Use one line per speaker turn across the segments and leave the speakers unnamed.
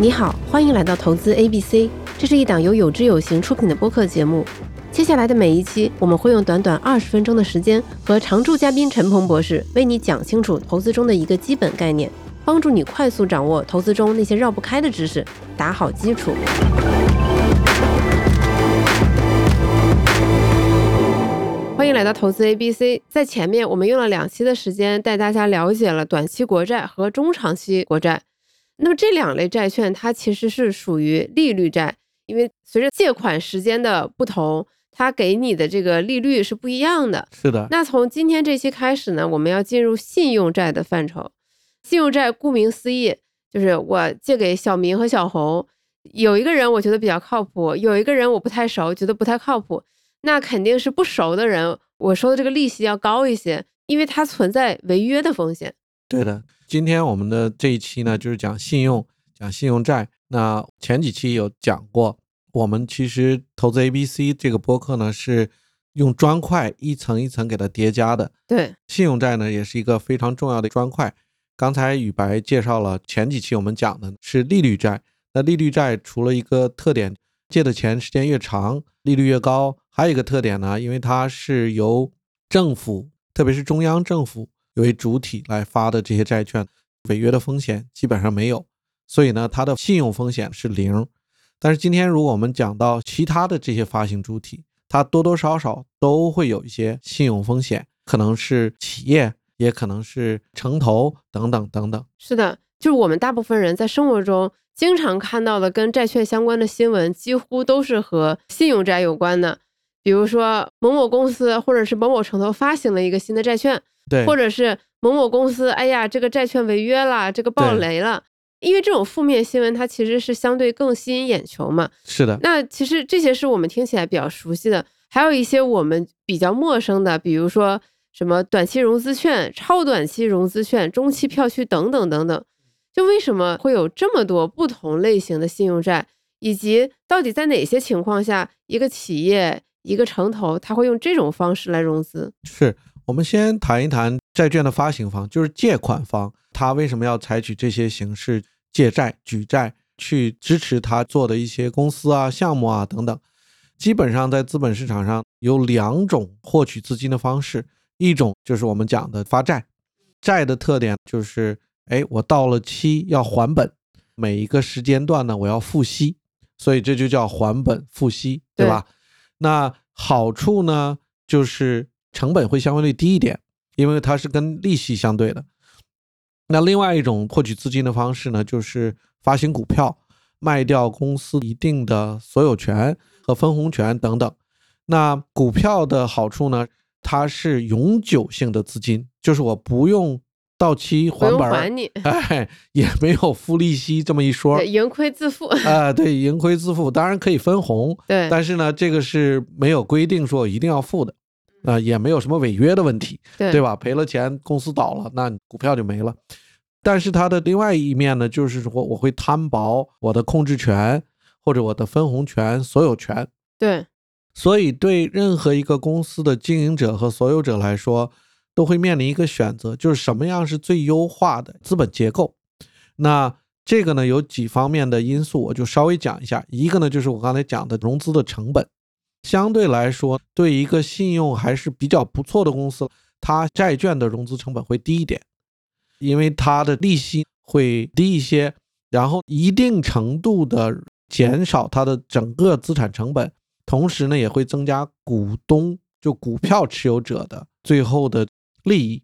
你好，欢迎来到投资 ABC，这是一档由有知有行出品的播客节目。接下来的每一期，我们会用短短二十分钟的时间，和常驻嘉宾陈鹏博士为你讲清楚投资中的一个基本概念，帮助你快速掌握投资中那些绕不开的知识，打好基础。欢迎来到投资 ABC。在前面，我们用了两期的时间带大家了解了短期国债和中长期国债。那么这两类债券，它其实是属于利率债，因为随着借款时间的不同，它给你的这个利率是不一样的。
是的，
那从今天这期开始呢，我们要进入信用债的范畴。信用债顾名思义，就是我借给小明和小红，有一个人我觉得比较靠谱，有一个人我不太熟，觉得不太靠谱。那肯定是不熟的人，我收的这个利息要高一些，因为它存在违约的风险。
对的。今天我们的这一期呢，就是讲信用，讲信用债。那前几期有讲过，我们其实投资 ABC 这个播客呢，是用砖块一层一层给它叠加的。
对，
信用债呢，也是一个非常重要的砖块。刚才宇白介绍了前几期我们讲的是利率债。那利率债除了一个特点，借的钱时间越长，利率越高，还有一个特点呢，因为它是由政府，特别是中央政府为主体来发的这些债券，违约的风险基本上没有，所以呢，它的信用风险是零。但是今天如果我们讲到其他的这些发行主体，它多多少少都会有一些信用风险，可能是企业，也可能是城投等等等等。
是的，就是我们大部分人在生活中经常看到的跟债券相关的新闻，几乎都是和信用债有关的。比如说某某公司或者是某某城投发行了一个新的债券，
对，
或者是某某公司，哎呀，这个债券违约了，这个爆
对
雷了。因为这种负面新闻，它其实是相对更吸引眼球嘛。
是的，
那其实这些是我们听起来比较熟悉的，还有一些我们比较陌生的，比如说什么短期融资券、超短期融资券、中期票据等等等等。就为什么会有这么多不同类型的信用债，以及到底在哪些情况下，一个企业、一个城投，它会用这种方式来融资？
是我们先谈一谈债券的发行方，就是借款方，他为什么要采取这些形式借债、举债去支持他做的一些公司啊、项目啊等等。基本上在资本市场上有两种获取资金的方式，一种就是我们讲的发债，债的特点就是，哎，我到了期要还本，每一个时间段呢我要付息，所以这就叫还本付息，对吧？那好处呢，就是成本会相对低一点，因为它是跟利息相对的。那另外一种获取资金的方式呢，就是发行股票，卖掉公司一定的所有权和分红权等等。那股票的好处呢，它是永久性的资金，就是我不用到期
不
还
用
本
还
儿，
你，
哎，也没有付利息这么一说
对， 盈亏自负。
啊、对，盈亏自负，当然可以分红，
对，
但是呢，这个是没有规定说一定要付的，
嗯
啊、也没有什么违约的问题，
对
对吧？赔了钱，公司倒了，那股票就没了。但是它的另外一面呢，就是说我会摊薄我的控制权或者我的分红权、所有权，
对，
所以对任何一个公司的经营者和所有者来说，都会面临一个选择，就是什么样是最优化的资本结构。那这个呢，有几方面的因素，我就稍微讲一下。一个呢，就是我刚才讲的融资的成本，相对来说，对一个信用还是比较不错的公司，它债券的融资成本会低一点，因为它的利息会低一些，然后一定程度的减少它的整个资产成本，同时呢，也会增加股东就股票持有者的最后的利益。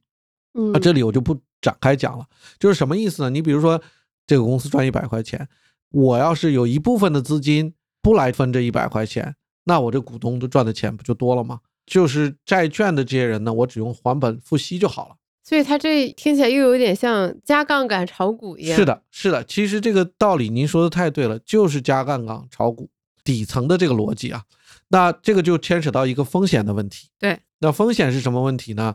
嗯
啊那，这里我就不展开讲了，就是什么意思呢？你比如说，这个公司赚一百块钱，我要是有一部分的资金不来分这一百块钱，那我这股东就赚的钱不就多了吗？就是债券的这些人呢，我只用还本付息就好了。
所以它这听起来又有点像加杠杆炒股一样。
是，的，是的，其实这个道理您说的太对了，就是加杠杆炒股底层的这个逻辑啊。那这个就牵扯到一个风险的问题。
对，
那风险是什么问题呢？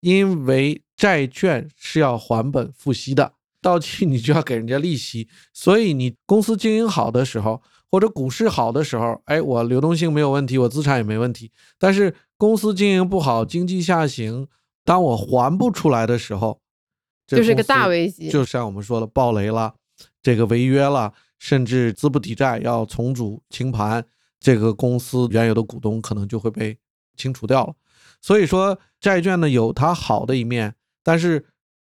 因为债券是要还本付息的，到期你就要给人家利息，所以你公司经营好的时候，或者股市好的时候，哎，我流动性没有问题，我资产也没问题。但是公司经营不好，经济下行，当我还不出来的时候，这
就是个
公司
大危机。
就像我们说了，暴雷了，这个违约了，甚至资不抵债要重组清盘，这个公司原有的股东可能就会被清除掉了。所以说，债券呢有它好的一面，但是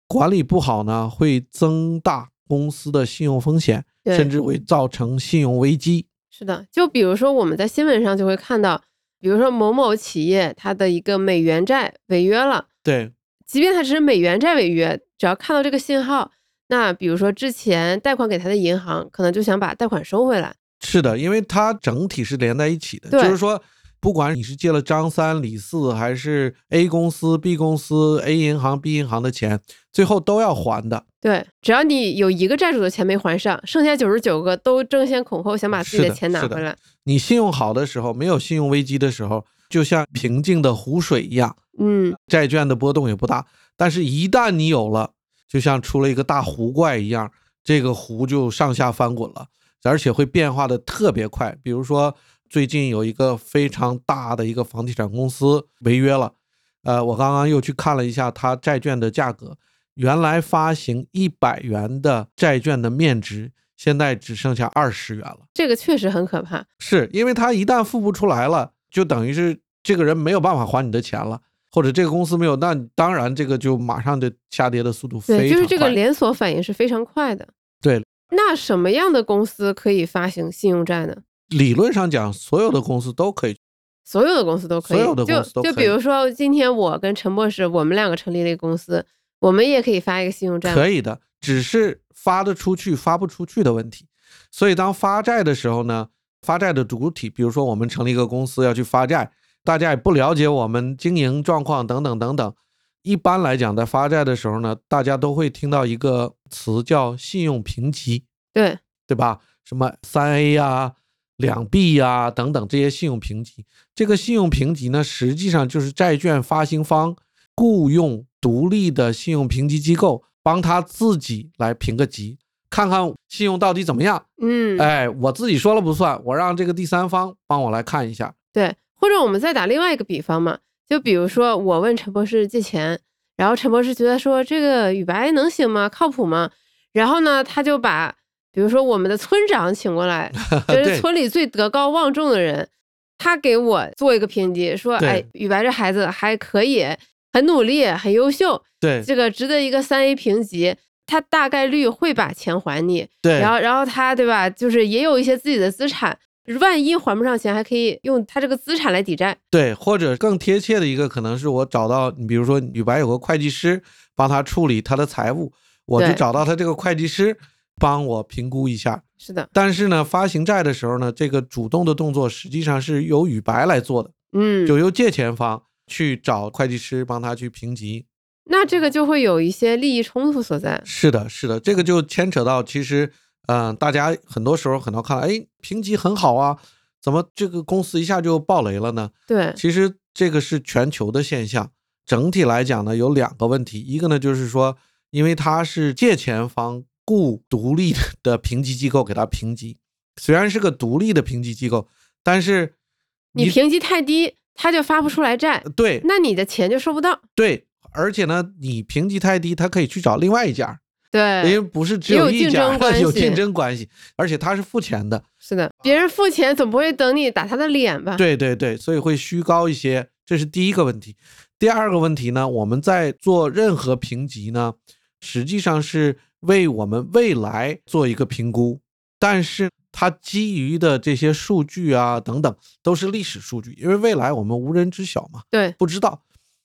管理不好呢，会增大公司的信用风险，
对
甚至会造成信用危机。
是的，就比如说我们在新闻上就会看到，比如说某某企业它的一个美元债违约了，
对，
即便它只是美元债违约，只要看到这个信号，那比如说之前贷款给他的银行可能就想把贷款收回来。
是的，因为它整体是连在一起的，
对
就是说，不管你是借了张三、李四，还是 A 公司、B 公司、A 银行、B 银行的钱，最后都要还的。
对，只要你有一个债主的钱没还上，剩下九十九个都争先恐后想把自己
是
的
的
钱拿
是的
回来。
你信用好的时候，没有信用危机的时候，就像平静的湖水一样，
嗯，
债券的波动也不大。但是，一旦你有了，就像出了一个大湖怪一样，这个湖就上下翻滚了，而且会变化的特别快。比如说，最近有一个非常大的一个房地产公司违约了，呃，我刚刚又去看了一下它债券的价格，原来发行一百元的债券的面值，现在只剩下二十元了。
这个确实很可怕。
是因为他一旦付不出来了，就等于是这个人没有办法还你的钱了，或者这个公司没有，那当然这个就马上就下跌的速度非常
对，
快。
就是这个连锁反应是非常快的。
对
那什么样的公司可以发行信用债呢？
理论上讲，所有的公司都可以。
所有的公司都可以，
所有的公司都
就就
可
比
以
如说，今天我跟陈博士，我们两个成立了一个公司，我们也可以发一个信用债吗。
可以的，只是发得出去发不出去的问题。所以当发债的时候呢，发债的主体，比如说我们成立一个公司要去发债，大家也不了解我们经营状况等等等等。一般来讲，在发债的时候呢，大家都会听到一个词叫信用评级。
对，
对吧？什么三 A 呀、两 B 呀、等等这些信用评级。这个信用评级呢，实际上就是债券发行方雇佣独立的信用评级机构，帮他自己来评个级，看看信用到底怎么样。
嗯，
哎，我自己说了不算，我让这个第三方帮我来看一下。
对。或者我们再打另外一个比方嘛，就比如说我问陈博士借钱，然后陈博士觉得说这个雨白能行吗？靠谱吗？然后呢，他就把比如说我们的村长请过 来，就
对
是村里最德高望重的人，他给我做一个评级，说
对
哎，雨白这孩子还可以，很努力，很优秀，
对
这个值得一个三 A 评级，他大概率会把钱还你。
对，
然后，然后他对吧，就是也有一些自己的资产，万一还不上钱，还可以用他这个资产来抵债。
对，或者更贴切的一个可能是我找到你，比如说雨白有个会计师帮他处理他的财务，我就
对
找到他这个会计师帮我评估一下。
是的，
但是呢，发行债的时候呢，这个主动的动作实际上是由雨白来做的，
嗯，
就由借钱方去找会计师帮他去评级。
那这个就会有一些利益冲突所在。
是的，是的，这个就牵扯到其实，嗯、大家很多时候可能看，哎，评级很好啊，怎么这个公司一下就爆雷了呢？
对，
其实这个是全球的现象。整体来讲呢，有两个问题，一个呢就是说，因为它是借钱方雇独立的评级机构给它评级，虽然是个独立的评级机构，但是呃
你评级太低，他就发不出来债，
对
那你的钱就收不到。
对，而且呢，你评级太低，它可以去找另外一家，因为
对，
不是只
也有
一
竞
家
争关
有
系
竞争关系，而且它是付钱的，
是的，别人付钱总不会等你打他的脸吧？
啊对对对，所以会虚高一些，这是第一个问题。第二个问题呢，我们在做任何评级呢，实际上是为我们未来做一个评估，但是它基于的这些数据啊等等都是历史数据，因为未来我们无人知晓嘛，
对，
不知道。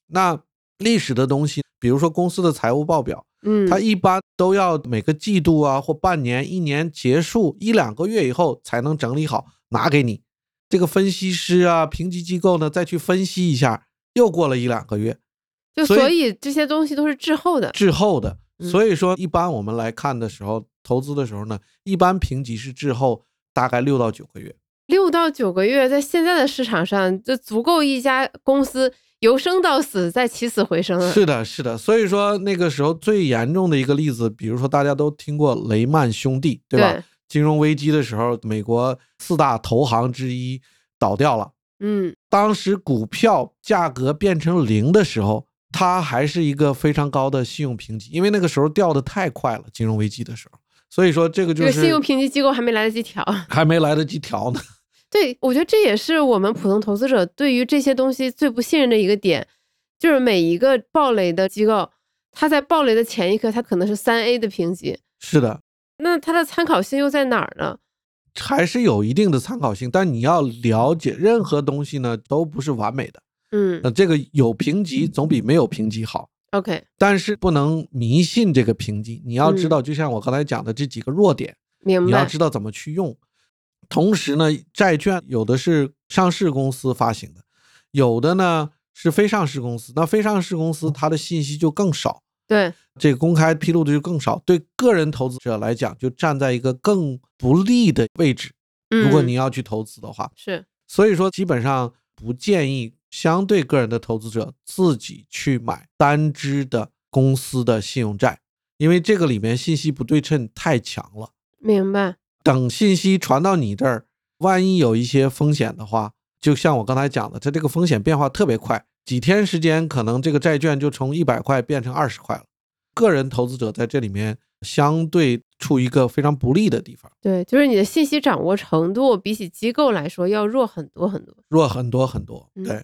那历史的东西，比如说公司的财务报表，
嗯，
它一般都要每个季度啊或半年、一年结束一两个月以后才能整理好拿给你。这个分析师啊、评级机构呢再去分析一下，又过了一两个月
就
所以
所以这些东西都是滞后的。
滞后的。
嗯
所以说，一般我们来看的时候，投资的时候呢，一般评级是滞后大概六到九个月。
六到九个月，在现在的市场上，就足够一家公司由生到死，再起死回生了。
是的，是的。所以说那个时候最严重的一个例子，比如说大家都听过雷曼兄弟，对吧？金融危机的时候，美国四大投行之一倒掉了。
嗯，
当时股票价格变成零的时候，它还是一个非常高的信用评级，因为那个时候掉的太快了，金融危机的时候，所以说这个就
这个信用
是
评级机构还没来得及调。
还没来得及调呢。
对，我觉得这也是我们普通投资者对于这些东西最不信任的一个点，就是每一个暴雷的机构，它在暴雷的前一刻，它可能是三 A 的评级，
是的，
那它的参考性又在哪儿呢？
还是有一定的参考性，但你要了解任何东西呢，都不是完美的。
嗯
那这个有评级总比没有评级好，
，OK，
但是不能迷信这个评级。你要
嗯
知道，就像我刚才讲的这几个弱点，
明
你要
白。
知道怎么去用。同时呢，债券有的是上市公司发行的，有的呢是非上市公司。那非上市公
嗯
司它的信息就更少，
对，
这个公开披露的就更少。对个人投资者来讲，就站在一个更不利的位置。
嗯，
如果你要去投资的话，
是
所以说，基本上不建议相对个人的投资者自己去买单只的公司的信用债，因为这个里面信息不对称太强了。
明白，
等信息传到你这儿，万一有一些风险的话，就像我刚才讲的，它这个风险变化特别快，几天时间可能这个债券就从一百块变成二十块了。个人投资者在这里面相对处于一个非常不利的地方，
对，就是你的信息掌握程度比起机构来说要弱很多很多。
弱很多很多。
嗯
对，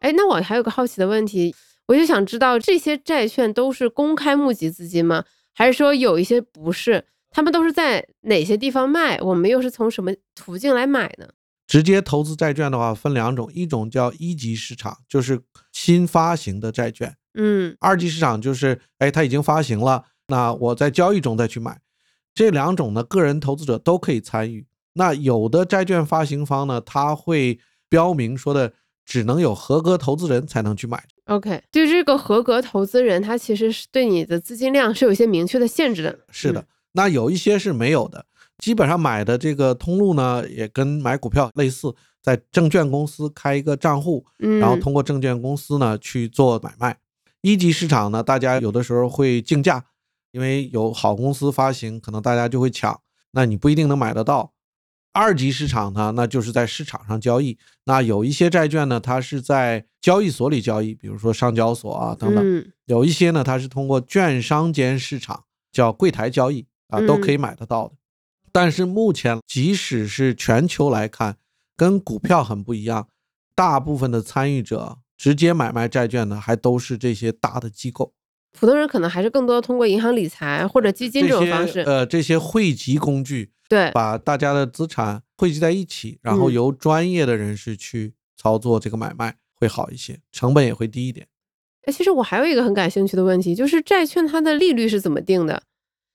哎，那我还有个好奇的问题，我就想知道这些债券都是公开募集资金吗？还是说有一些不是？他们都是在哪些地方卖？我们又是从什么途径来买呢？
直接投资债券的话分两种，一种叫一级市场，就是新发行的债券；
嗯，
二级市场就是，哎，它已经发行了，那我在交易中再去买。这两种呢，个人投资者都可以参与。那有的债券发行方呢，它会标明说的，只能有合格投资人才能去买。
OK，对这个合格投资人，他其实是对你的资金量是有一些明确的限制的。
是的，那有一些是没有的。基本上买的这个通路呢，也跟买股票类似，在证券公司开一个账户，
嗯，
然后通过证券公司呢去做买卖。一级市场呢，大家有的时候会竞价，因为有好公司发行，可能大家就会抢，那你不一定能买得到。二级市场呢，那就是在市场上交易。那有一些债券呢，它是在交易所里交易，比如说上交所啊等等；
嗯
有一些呢，它是通过券商间市场，叫柜台交易啊，都
嗯
可以买得到的。但是目前，即使是全球来看，跟股票很不一样，大部分的参与者直接买卖债券的还都是这些大的机构，
普通人可能还是更多通过银行理财或者基金这种方
这些
式。
呃，这些汇集工具
对，
把大家的资产汇集在一起，然后
嗯
由专业的人士去操作这个买卖会好一些，成本也会低一点。
哎，其实我还有一个很感兴趣的问题，就是债券它的利率是怎么定的？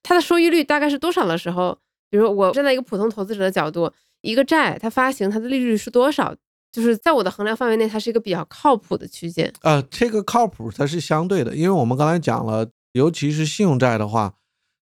它的收益率大概是多少的时候？比如我站在一个普通投资者的角度，一个债它发行它的利率是多少？就是在我的衡量范围内，它是一个比较靠谱的区间。
呃，这个靠谱它是相对的，因为我们刚才讲了，尤其是信用债的话，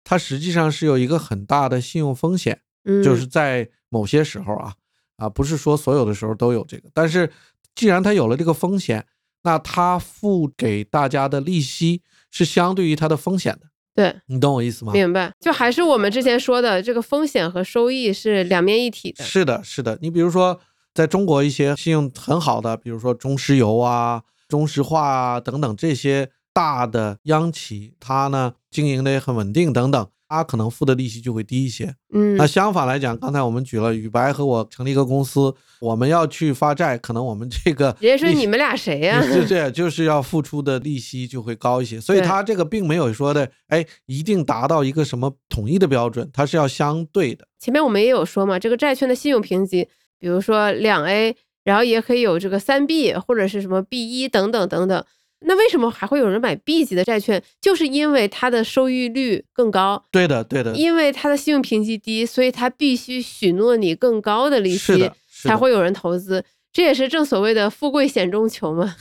它实际上是有一个很大的信用风险，
嗯，
就是在某些时候啊，啊，不是说所有的时候都有这个，但是既然它有了这个风险，那它付给大家的利息是相对于它的风险的，
对，
你懂我意思吗？
明白。就还是我们之前说的，这个风险和收益是两面一体的。
是的，是的。你比如说，在中国一些信用很好的，比如说中石油啊、中石化啊等等这些大的央企，它呢经营的也很稳定等等，它可能付的利息就会低一些。
嗯
那相反来讲，刚才我们举了宇白和我成立一个公司，我们要去发债，可能我们这个
人家说
利息
你们啊俩谁呀、
对对，就是要付出的利息就会高一些，所以
对
它这个并没有说的，哎，一定达到一个什么统一的标准，它是要相对的。
前面我们也有说嘛，这个债券的信用评级，比如说两 A，然后也可以有这个三 B 或者是什么 B 一等等等等。那为什么还会有人买 B 级的债券？就是因为它的收益率更高，
对的，对的，
因为它的信用评级低，所以它必须许诺你更高的利
是
息
的，，是
才
的。
会有人投资。这也是正所谓的富贵险中求嘛。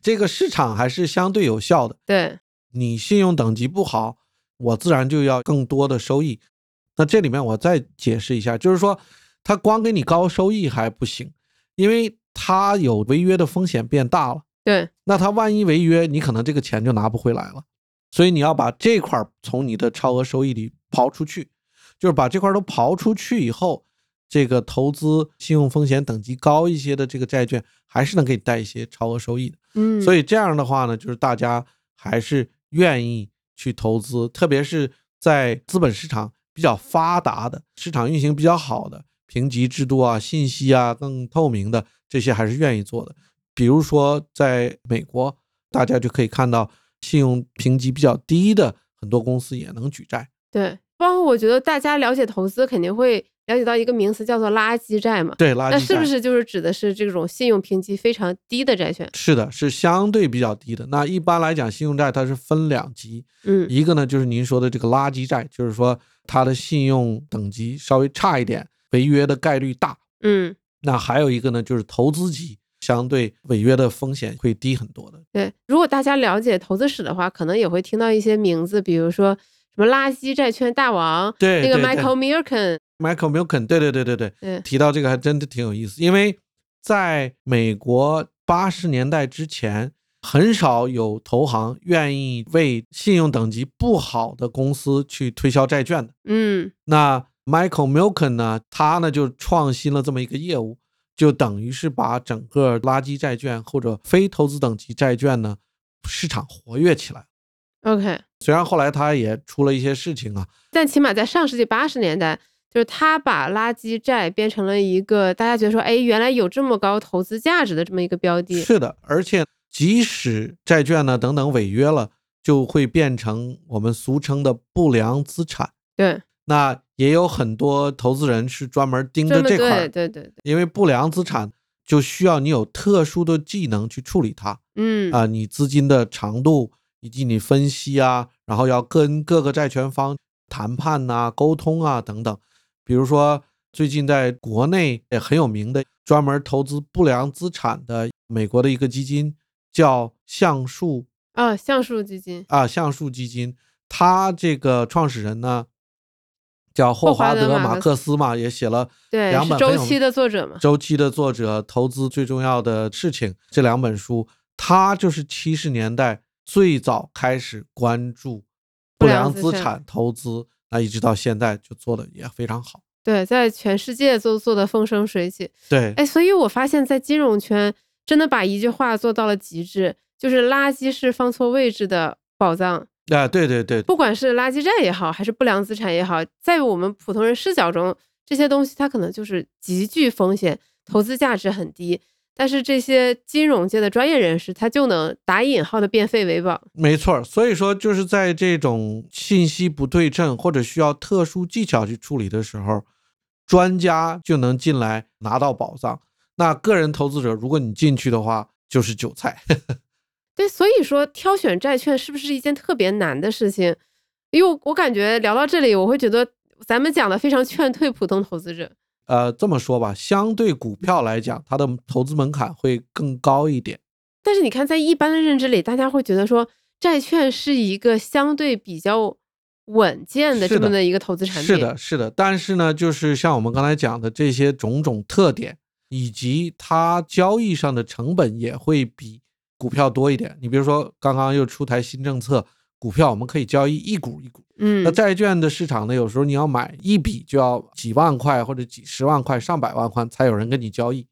这个市场还是相对有效的。
对，
你信用等级不好，我自然就要更多的收益。那这里面我再解释一下，就是说，它光给你高收益还不行，因为它有违约的风险变大了。
对，
那它万一违约，你可能这个钱就拿不回来了。所以你要把这块儿从你的超额收益里刨出去，就是把这块儿都刨出去以后，这个投资信用风险等级高一些的这个债券，还是能给你带一些超额收益的。
嗯，
所
以
以这样的话呢，就是大家还是愿意去投资，特别是在资本市场比较发达的、市场运行比较好的、评级制度啊、信息啊更透明的这些，还是愿意做的。比如说，在美国，大家就可以看到，信用评级比较低的很多公司也能举债。
对，包括我觉得大家了解投资肯定会了解到一个名词叫做垃圾债嘛。
对，垃圾
那是
债
不是就是指的是这种信用评级非常低的债券？
是的，是相对比较低的。那一般来讲，信用债它是分两级，
嗯
一个呢就是您说的这个垃圾债，就是说它的信用等级稍微差一点，违约的概率大。
嗯，
那还有一个呢就是投资级，相对违约的风险会低很多的。
对。如果大家了解投资史的话，可能也会听到一些名字，比如说什么垃圾债券大王，
对，
那个
对
Michael Milken，
对 Michael Milken，对对对对对，
对，
提到这个还真的挺有意思，因为在美国八十年代之前，很少有投行愿意为信用等级不好的公司去推销债券的。
嗯
那 Michael Milken 呢，啊他呢就创新了这么一个业务，就等于是把整个垃圾债券或者非投资等级债券呢市场活跃起来。
，OK。
虽然后来他也出了一些事情啊，
但起码在上世纪八十年代，就是他把垃圾债变成了一个大家觉得说，哎，原来有这么高投资价值的这么一个标的。
是的，而且即使债券呢等等违约了，就会变成我们俗称的不良资产。
对，
那也有很多投资人是专门盯着
专门
这块
对
儿，
对对对，
因为不良资产就需要你有特殊的技能去处理它。
嗯
啊、你资金的长度以及你分析啊，然后要跟各个债权方谈判呐、沟通啊等等。比如说，最近在国内也很有名的，专门投资不良资产的美国的一个基金叫橡树
啊，橡树基金，
啊、橡树基金，它这个创始人呢叫霍
霍华
华
德
德
马
马
克
克思嘛，也写了
对，
两
是
本
周
很有
期的作者嘛，
周期的作者，投资最重要的事情这两本书，他就是七十年代最早开始关注
不
不
良
良
资
资
产
产投资，那一直到现在就做的也非常好。
对，在全世界都做的风生水起。
对，
哎，所以我发现，在金融圈真的把一句话做到了极致，就是垃圾是放错位置的宝藏。
啊，对对对，
不管是垃圾债也好，还是不良资产也好，在我们普通人视角中，这些东西它可能就是极具风险，投资价值很低。但是这些金融界的专业人士，他就能打引号的变废为宝。
没错儿。所以说，就是在这种信息不对称或者需要特殊技巧去处理的时候，专家就能进来拿到宝藏。那个人投资者，如果你进去的话，就是韭菜。
对，所以说挑选债券是不是一件特别难的事情？因为我我感觉聊到这里，我会觉得咱们讲的非常劝退普通投资者。
呃，这么说吧，相对股票来讲，它的投资门槛会更高一点。
但是你看，在一般的认知里，大家会觉得说债券是一个相对比较稳健的
是
这么
的
的一个投资产品。
是的，是的。但是呢，就是像我们刚才讲的这些种种特点，以及它交易上的成本也会比股票多一点。你比如说，刚刚又出台新政策，股票我们可以交易一股一股。
嗯
那，债券的市场呢，有时候你要买一笔就要几万块或者几十万块、上百万块才有人跟你交易，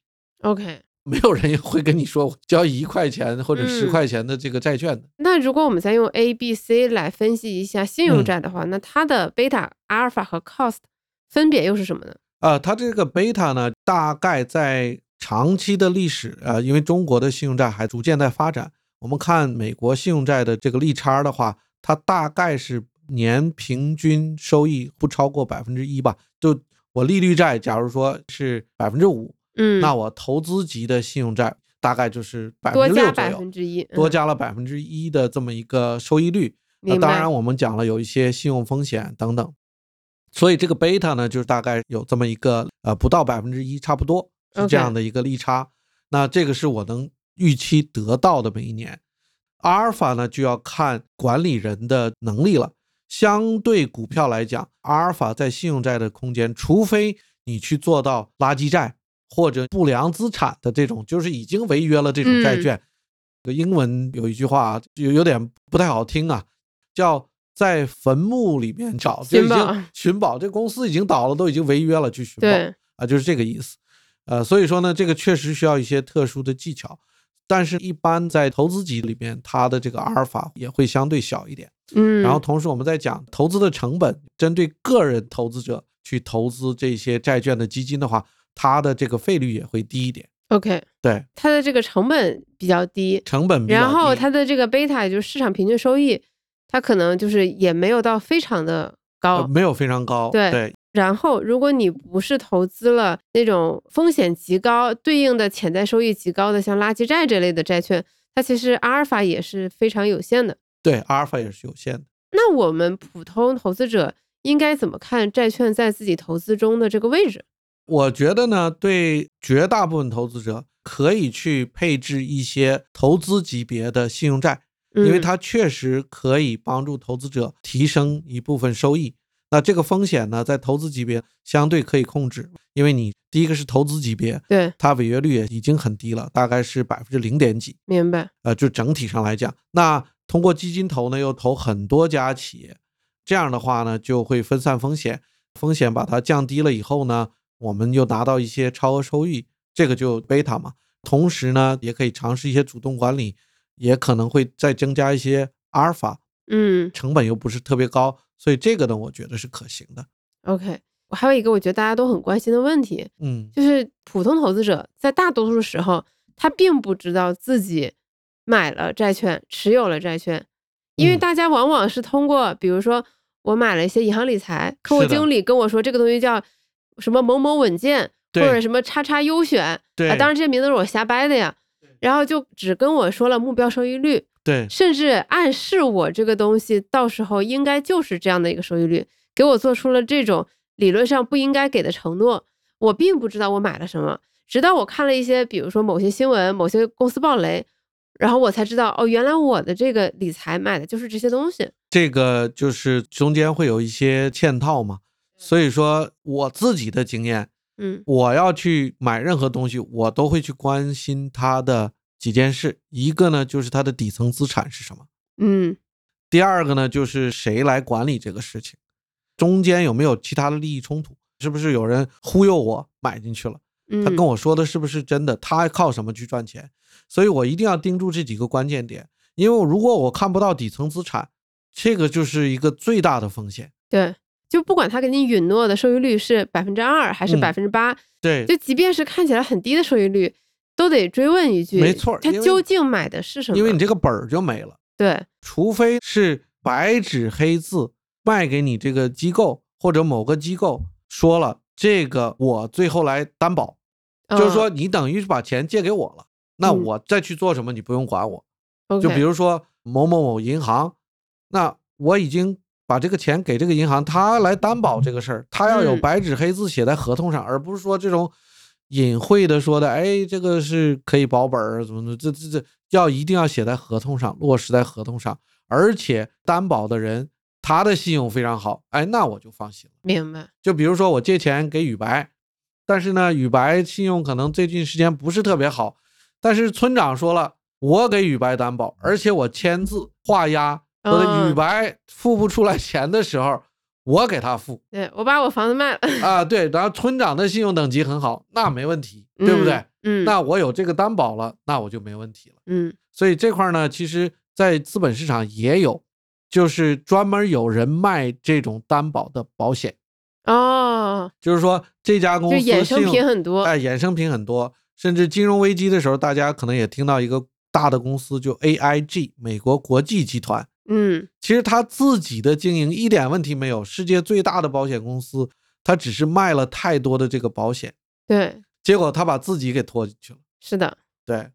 OK，
没有人会跟你说我交易一块钱或者十
嗯
块钱的这个债券的。
那如果我们再用 A、B、C 来分析一下信用
嗯
债的话，那它的贝塔、阿尔法和 cost 分别又是什么呢？
呃，它这个贝塔呢，大概在长期的历史，呃，因为中国的信用债还逐渐在发展。我们看美国信用债的这个利差儿的话，它大概是年平均收益不超过百分之一吧。就我利率债，假如说是百分之五，
嗯，
那我投资级的信用债大概就是百
多
分之六
加
左
百
右
分，之一，
多
嗯
加了百分之一的这么一个收益率。那
明
当
白
然，我们讲了有一些信用风险等等，所以这个贝塔呢，就是大概有这么一个呃不到百分之一，差不多是
OK
这样的一个利差。那这个是我能预期得到的每一年。阿尔法呢，就要看管理人的能力了。相对股票来讲，阿尔法在信用债的空间，除非你去做到垃圾债或者不良资产的这种，就是已经违约了这种债
嗯
券。这个英文有一句话啊有有点不太好听啊，叫在坟墓里面找，就已
寻宝
经寻宝。这公司已经倒了，都已经违约了，去寻宝
对，
啊，就是这个意思。呃，所以说呢，这个确实需要一些特殊的技巧。但是，一般在投资级里边，它的这个阿尔法也会相对小一点。
嗯，
然后，同时我们在讲投资的成本，针对个人投资者去投资这些债券的基金的话，它的这个费率也会低一点。
嗯 OK，
对，
它的这个成本比较低，
成本比较低。
然后它的这个贝塔，也就是市场平均收益，它可能就是也没有到非常的
呃
高。
没有非常高。
对
对
然后，如果你不是投资了那种风险极高、对应的潜在收益极高的，像垃圾债这类的债券，它其实阿尔法也是非常有限的。
对，阿尔法也是有限的。
那我们普通投资者应该怎么看债券在自己投资中的这个位置？
我觉得呢，对绝大部分投资者可以去配置一些投资级别的信用债，因为
嗯
它确实可以帮助投资者提升一部分收益。那这个风险呢，在投资级别相对可以控制，因为你第一个是投资级别，
对，
它违约率也已经很低了，大概是百分之零点几，
明白。
呃，就整体上来讲，那通过基金投呢，又投很多家企业，这样的话呢，就会分散风险，风险把它降低了以后呢，我们又拿到一些超额收益，这个就贝塔嘛。同时呢，也可以尝试一些主动管理，也可能会再增加一些阿尔法，
嗯
成本又不是特别高，所以这个呢，我觉得是可行的。
，OK。我还有一个我觉得大家都很关心的问题，
嗯，
就是普通投资者在大多数时候，他并不知道自己买了债券、持有了债券，因为
嗯
大家往往是通过，比如说我买了一些银行理财，客户
是的
经理跟我说这个东西叫什么某某稳健，或
对
者什么叉叉优选，
对
啊，当然这些名字都是我瞎掰的呀，然后就只跟我说了目标收益率，
对
甚至暗示我这个东西到时候应该就是这样的一个收益率，给我做出了这种理论上不应该给的承诺。我并不知道我买了什么，直到我看了一些，比如说某些新闻、某些公司爆雷，然后我才知道，哦，原来我的这个理财买的就是这些东西。
这个就是中间会有一些嵌套嘛，所以说我自己的经验。
嗯
我要去买任何东西，我都会去关心它的几件事。一个呢，就是它的底层资产是什么；
嗯
第二个呢，就是谁来管理这个事情，中间有没有其他的利益冲突，是不是有人忽悠我买进去了？
嗯，
他跟我说的是不是真的？他靠什么去赚钱？所以我一定要盯住这几个关键点，因为如果我看不到底层资产，这个就是一个最大的风险。
对，就不管他给你允诺的收益率是百分之二还是
嗯
百分之八，
对，
就即便是看起来很低的收益率，都得追问一句，
没错
他
因为
究竟买的是什么？
因为你这个本儿就没了。
对，
除非是白纸黑字卖给你这个机构或者某个机构说了这个，我最后来担保，就是说你等于是把钱借给我了，那
嗯
我再去做什么你不用管我。
嗯，
就
OK
比如说某某某银行，那我已经把这个钱给这个银行，他来担保这个事儿，他要有
嗯
白纸黑字写在合同上，而不是说这种隐晦的说的，哎，这个是可以保本儿，怎么怎么，这这这要一定要写在合同上，落实在合同上，而且担保的人他的信用非常好，哎，那我就放心了。
明白，
就比如说我借钱给宇白，但是呢，宇白信用可能最近时间不是特别好，但是村长说了，我给宇白担保，而且我签字画押，我的
嗯
宇白付不出来钱的时候，我给他付
对我把我房子卖了，
啊。对，然后村长的信用等级很好，那没问题， 对不对？
嗯？嗯，
那我有这个担保了，那我就没问题了。
嗯
所以这块儿呢，其实在资本市场也有，就是专门有人卖这种担保的保险。
哦，
就是说这家公
就
司
衍生
信用
品很多，
哎，衍生品很多，甚至金融危机的时候，大家可能也听到一个大的公司，就 AIG 美国国际集团，
嗯
其实它自己的经营一点问题没有，世界最大的保险公司，它只是卖了太多的这个保险，
对，
结果它把自己给拖进去了。
是的。
对，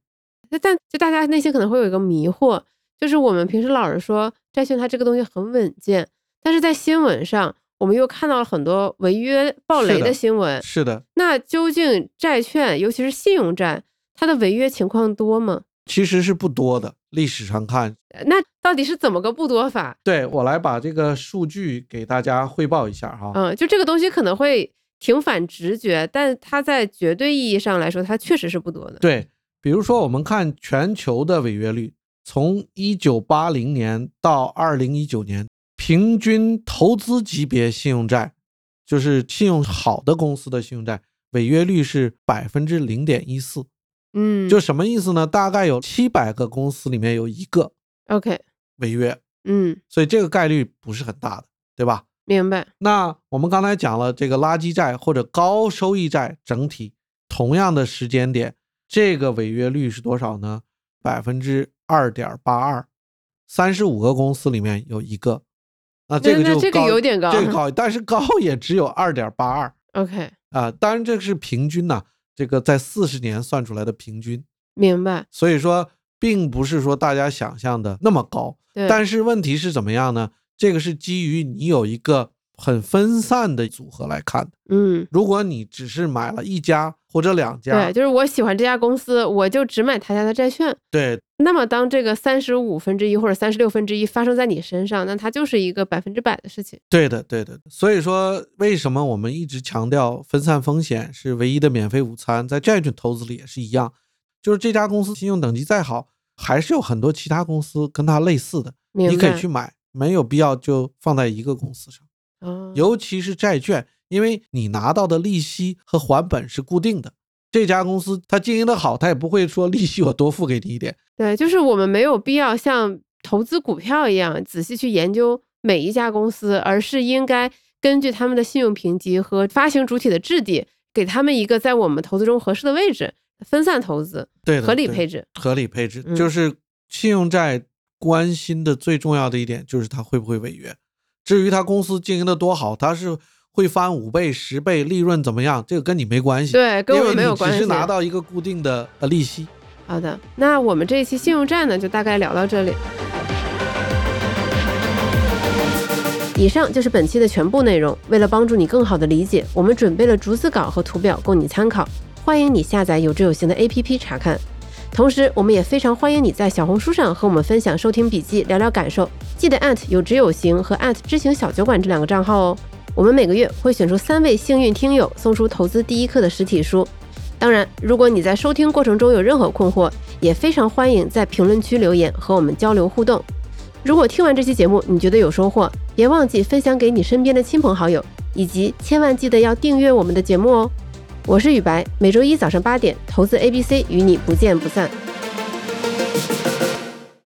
那但就大家内心可能会有一个迷惑，就是我们平时老是说债券它这个东西很稳健，但是在新闻上我们又看到了很多违约暴
是
雷
的
的新闻。
是的，
那究竟债券，尤其是信用债，它的违约情况多吗？
其实是不多的，历史上看。
呃那到底是怎么个不多法？
对我来把这个数据给大家汇报一下哈。
嗯，就这个东西可能会挺反直觉，但它在绝对意义上来说，它确实是不多的。
对，比如说我们看全球的违约率，从一九八零年到二零一九年，平均投资级别信用债，就是信用好的公司的信用债，违约率是百分之零点一四，
嗯，
就什么意思呢？大概有七百个公司里面有一个
OK，
违约，
嗯，
所以这个概率不是很大的，对吧？
明白，
那我们刚才讲了这个垃圾债或者高收益债，整体同样的时间点，这个违约率是多少呢？百分之二点八二，三十五个公司里面有一个，那这个
那
就
那这个
高
有点高
这个高，但是高也只有二点八二
OK，
啊。当然这个是平均呐、这个在四十年算出来的平均，
明白，
所以说并不是说大家想象的那么高。
对，
但是问题是怎么样呢？这个是基于你有一个很分散的组合来看的。
嗯，
如果你只是买了一家或者两家
对，，就是我喜欢这家公司，我就只买他家的债券。
对
那么，当这个三十五分之一或者三十六分之一发生在你身上，那它就是一个百分之百的事情。
对的，对的。所以说，为什么我们一直强调分散风险是唯一的免费午餐？在债券投资里也是一样，就是这家公司信用等级再好，还是有很多其他公司跟它类似的，
明白？
你可以去买，没有必要就放在一个公司上。
啊，
尤其是债券，因为你拿到的利息和还本是固定的。这家公司它经营的好，它也不会说利息我多付给你一点。
对，就是我们没有必要像投资股票一样仔细去研究每一家公司，而是应该根据他们的信用评级和发行主体的质地，给他们一个在我们投资中合适的位置，分散投资，
对的，
合理
对
配置。
合理配置、
嗯
就是信用债关心的最重要的一点就是它会不会违约。至于它公司经营的多好，它是会翻五倍、十倍，利润怎么样，这个跟你没关系。，
对，跟我们没有关
只
系。
是拿到一个固定的呃利息。
好的，那我们这一期信用站呢，就大概聊到这里。以上就是本期的全部内容。为了帮助你更好的理解，我们准备了逐字稿和图表供你参考，欢迎你下载有知有行的 APP 查看。同时，我们也非常欢迎你在小红书上和我们分享收听笔记，聊聊感受。记得有知有行和知行小酒馆这两个账号哦。我们每个月会选出三位幸运听友，送出《投资第一课》的实体书。当然，如果你在收听过程中有任何困惑，也非常欢迎在评论区留言和我们交流互动。如果听完这期节目你觉得有收获，别忘记分享给你身边的亲朋好友，以及千万记得要订阅我们的节目哦。我是雨白，每周一早上八点，投资 ABC 与你不见不散。